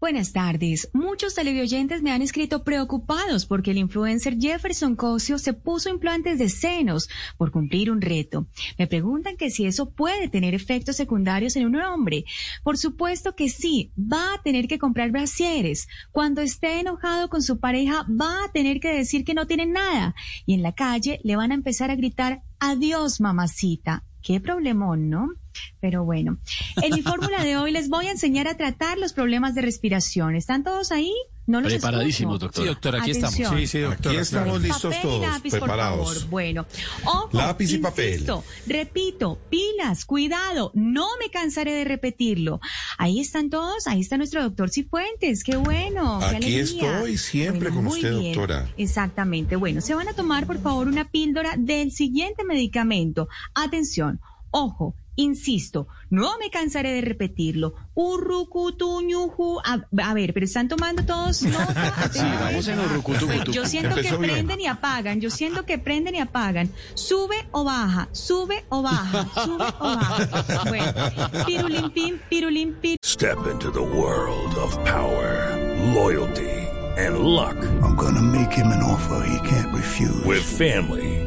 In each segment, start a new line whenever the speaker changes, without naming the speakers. Buenas tardes. Muchos televidentes me han escrito preocupados porque el influencer Jefferson Cosio se puso implantes de senos por cumplir un reto. Me preguntan que si eso puede tener efectos secundarios en un hombre. Por supuesto que sí, va a tener que comprar brasieres. Cuando esté enojado con su pareja, va a tener que decir que no tiene nada. Y en la calle le van a empezar a gritar, adiós mamacita. Qué problemón, ¿no? Pero bueno, en mi fórmula de hoy les voy a enseñar a tratar los problemas de respiración. ¿Están todos ahí? No los
Preparadísimos,
escucho.
doctor.
doctor, aquí
Atención.
estamos.
Sí, sí, doctor.
Aquí estamos listos
Papel
todos,
y lápiz, por
preparados.
favor. Bueno, ojo,
Lápiz y papel.
insisto, repito, pilas, cuidado, no me cansaré de repetirlo. Ahí están todos, ahí está nuestro doctor Cifuentes, qué bueno. qué
Aquí
alegría.
estoy siempre
Bueno,
con
muy
usted,
bien.
doctora.
Exactamente, bueno, se van a tomar por favor una píldora del siguiente medicamento. Atención, ojo. Insisto, no me cansaré de repetirlo. Urrucutuñuju. A, a ver, pero están tomando todos nota.
Sí, vamos en
Pues
Orrucutucutucu.
yo siento que
Empezó bien.
prenden y apagan, yo siento que prenden y apagan. Sube o baja, sube o baja, sube o baja. Bueno, pirulimpín, pirulimpín,
Step into the world of power, loyalty, and luck.
I'm gonna make him an offer he can't refuse.
With family,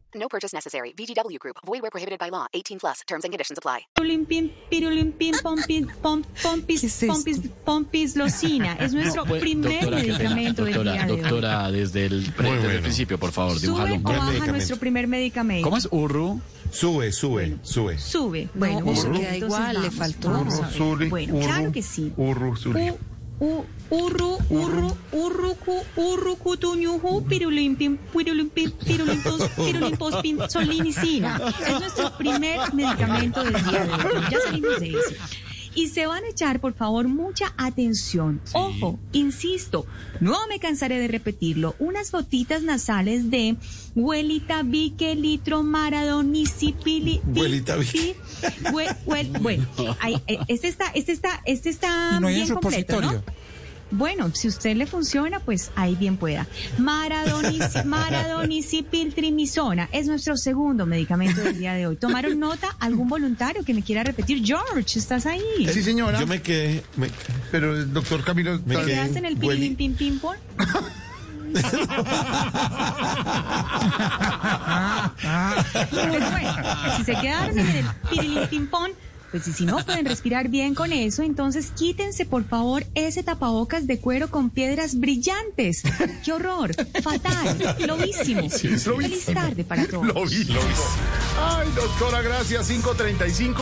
No purchase necessary. VGW Group. Void where prohibited by law. 18 plus. Terms and conditions apply.
pirulimpín, pirulimpín, pompis, pom- pompis, pompis, pompis, losina. Es nuestro
Pues,
primer
doctora, qué pena.
medicamento del
Doctora,
día de hoy.
doctora, desde el, pre- desde
Muy
el
bueno.
principio, por favor,
Sube
dibújalo.
o
buen
baja
medicamento.
nuestro primer medicamento.
¿Cómo es Urru?
Sube, sube, sube.
Sube. Bueno,
No,
urru.
se queda
Entonces
igual, le
vamos,
faltó.
vamos a
Urru,
ver.
suri,
Bueno,
urru,
claro que sí.
urru, suri.
U- u- Urru, urru, urrucu, urrucutuñuju, pirulimpim, pirulimpim, pirulimpos, pirulimpos, pin, solinicina. Es nuestro primer medicamento del día de hoy. Ya salimos de ese. Y se van a echar, por favor, mucha atención. Ojo, insisto, no me cansaré de repetirlo. Unas gotitas nasales de huelita, bique, litro, maradonici,
Huelita, bique.
Hue- huel- Bueno, ahí, eh, este está, este está, este está
No hay
bien
un
completo, ¿no?
supositorio.
Bueno, si usted le funciona, pues ahí bien pueda. Maradonis, maradonisipiltrimisona es nuestro segundo medicamento del día de hoy. ¿Tomaron nota algún voluntario que me quiera repetir? George, ¿estás ahí?
Sí, señora.
Yo me quedé, me-
Pero el doctor Camilo...
Me
está-
quedé.
¿Quedaste en el pirilín,
Hueli-
pim, pim, pon? Pero Pues bueno, si se quedaron en el pirilín ping-pong, pues y si no pueden respirar bien con eso, entonces quítense por favor ese tapabocas de cuero con piedras brillantes. ¡Qué horror! ¡Fatal! ¡Lobísimo! ¡Feliz tarde para todos!
Ay, doctora, gracias. 535.